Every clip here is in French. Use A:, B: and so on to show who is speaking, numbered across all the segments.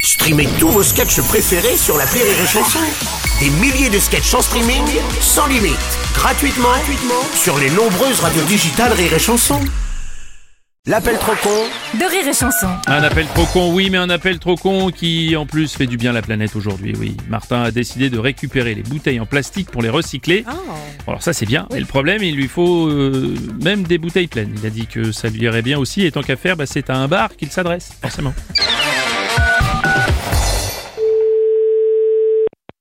A: Streamez tous vos sketchs préférés sur la Rire et Chanson. Des milliers de sketchs en streaming, sans limite, gratuitement, gratuitement sur les nombreuses radios digitales Rire et Chanson. L'appel trop con
B: de rire et chanson.
C: Un appel trop con, oui, mais un appel trop con qui, en plus, fait du bien à la planète aujourd'hui, oui. Martin a décidé de récupérer les bouteilles en plastique pour les recycler. Bon, Alors ça, c'est bien. Et le problème, il lui faut euh, même des bouteilles pleines. Il a dit que ça lui irait bien aussi, et tant qu'à faire, bah, c'est à un bar qu'il s'adresse, forcément.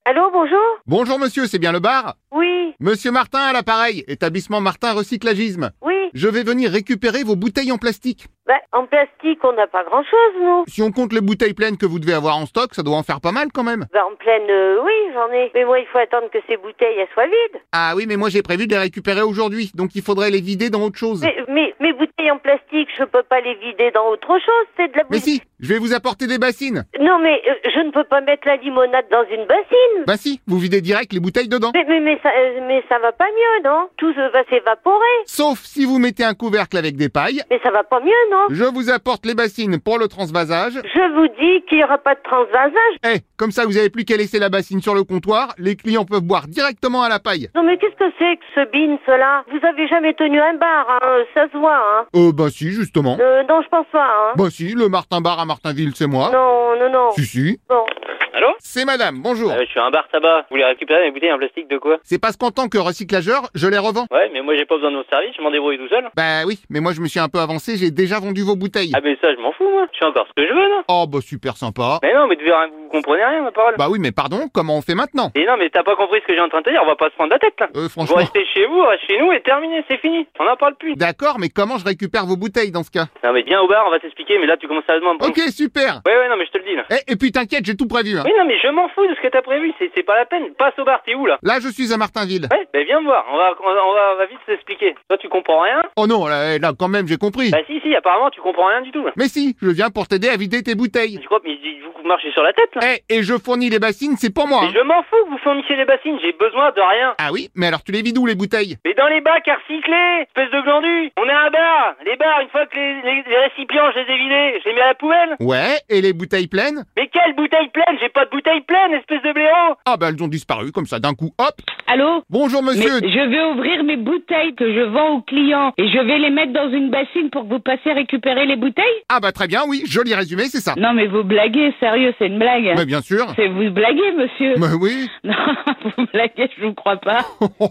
D: Allô, bonjour
E: Bonjour monsieur, c'est bien le bar
D: Oui,
E: Monsieur Martin à l'appareil, établissement Martin Recyclagisme.
D: oui.
E: Je vais venir récupérer vos bouteilles en plastique.
D: Bah, en plastique, on n'a pas grand-chose, nous.
E: Si on compte les bouteilles pleines que vous devez avoir en stock, ça doit en faire pas mal quand même.
D: Bah, en pleine, euh, oui, j'en ai. Mais moi, il faut attendre que ces bouteilles, elles soient vides.
E: Ah oui, mais moi j'ai prévu de les récupérer aujourd'hui, donc il faudrait les vider dans autre chose.
D: Mais, mais mes bouteilles en plastique, je peux pas les vider dans autre chose, c'est de la
E: Mais
D: bouteille.
E: si, je vais vous apporter des bassines.
D: Non, mais euh, je ne peux pas mettre la limonade dans une bassine.
E: Bah si, vous videz direct les bouteilles dedans.
D: Mais, mais, mais, ça, euh, mais ça va pas mieux, non Tout euh, va s'évaporer.
E: Sauf si vous mettez un couvercle avec des pailles.
D: Mais ça va pas mieux, non
E: Je vous apporte les bassines pour le transvasage.
D: Je vous dis qu'il y aura pas de transvasage.
E: Eh, comme ça vous avez plus qu'à laisser la bassine sur le comptoir, les clients peuvent boire directement à la paille.
D: Non, mais qu'est-ce que c'est que ce bin, cela Vous avez jamais tenu un bar, hein Ça se voit, hein
E: Euh bah si, justement.
D: euh, Non, je pense pas, hein
E: Bah si, le Martin Bar à Martinville, c'est moi.
D: Non, non, non.
E: Si, si.
D: Bon.
F: Allô
E: C'est madame, bonjour.
F: Euh, Je suis un bar tabac. Vous voulez récupérer mes bouteilles en plastique de quoi
E: C'est parce qu'en tant que recyclageur, je les revends.
F: Ouais, mais moi j'ai pas besoin de vos services, je m'en débrouille tout seul.
E: Bah oui, mais moi je me suis un peu avancé, j'ai déjà vendu vos bouteilles.
F: Ah mais ça je m'en fous moi, je fais encore ce que je veux non
E: Oh bah super sympa.
F: Mais non mais devez- vous comprenez rien ma parole.
E: Bah oui, mais pardon, comment on fait maintenant
F: Et non mais t'as pas compris ce que j'ai en train de te dire, on va pas se prendre la tête là.
E: Euh
F: Vous
E: franchement...
F: restez chez vous, restez chez nous et terminé, c'est fini. On en parle plus.
E: D'accord, mais comment je récupère vos bouteilles dans ce cas
F: Non mais viens au bar, on va t'expliquer, mais là tu commences sérieusement à me prendre.
E: Ok, super
F: Ouais ouais non mais je te le dis là.
E: Eh, Et puis t'inquiète, j'ai tout prévu. Hein.
F: Mais non mais je m'en fous de ce que t'as prévu, c'est c'est pas la peine. Passe au bar, t'es où là
E: Là, je suis à Martinville.
F: Ouais, bah viens me voir, on va, on va, on va- on va vite s'expliquer. Toi tu comprends rien
E: Oh non, là, là, quand même, j'ai compris.
F: Bah si si, apparemment tu comprends rien du tout là.
E: Mais si, je viens pour t'aider à vider tes bouteilles.
F: Je crois mais vous marchez sur la tête là.
E: Eh, et je fournis les bassines, c'est pour moi.
F: Mais
E: hein.
F: je m'en fous que vous fournissiez les bassines, j'ai besoin de rien.
E: Ah oui, mais alors tu les vides où les bouteilles
F: Mais dans les bacs à recycler, espèce de glandu On a un bar Les bars, une fois que les, les- les récipients, je les ai vidés, je les mets à la poubelle
E: Ouais, et les bouteilles pleines
F: Mais quelle bouteille pleine J'ai pas de bouteille pleine, espèce de blaireau
E: Ah bah elles ont disparu comme ça d'un coup, hop
G: Allô
E: Bonjour
G: mais
E: monsieur
G: je vais ouvrir mes bouteilles que je vends aux clients et je vais les mettre dans une bassine pour que vous passiez récupérer les bouteilles
E: Ah bah très bien, oui, joli résumé, c'est ça.
G: Non mais vous blaguez, sérieux, c'est une blague. hein.
E: Mais bien sûr.
G: C'est vous blaguez, monsieur.
E: Mais oui. Oh,
G: Non, vous blaguez, je vous crois pas.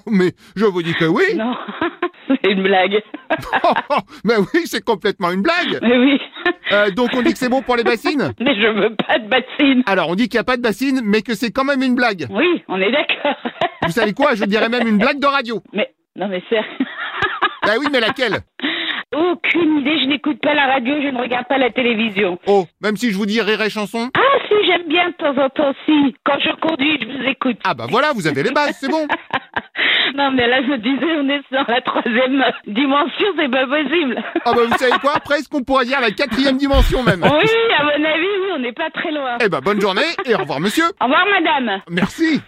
E: mais je vous dis que oui. Oh,
G: Non, c'est une blague.
E: mais oui, c'est complètement une blague.
G: Mais oui,
E: Euh, donc on dit que c'est bon pour les bassines
G: mais je veux pas de bassine.
E: Alors on dit qu'il n'y a pas de bassine, mais que c'est quand même une blague.
G: Oui, on est d'accord.
E: Vous savez quoi Je dirais même une blague de radio.
G: Mais non mais sérieux.
E: Bah oui, mais laquelle
G: Aucune idée, je n'écoute pas la radio, je ne regarde pas la télévision.
E: Oh, même si je vous dis rire et chanson
G: Ah si, j'aime bien de temps en temps, si. Quand je conduis, je vous écoute.
E: Ah bah voilà, vous avez les bases, c'est bon.
G: Non, mais là, je disais, on est dans la troisième dimension, c'est pas possible.
E: Ah bah vous savez quoi Presque on pourrait dire la quatrième dimension même.
G: Oui, à mon avis, oui, on n'est pas très loin.
E: Eh bah bonne journée et au revoir monsieur.
G: Au revoir, madame.
E: Merci.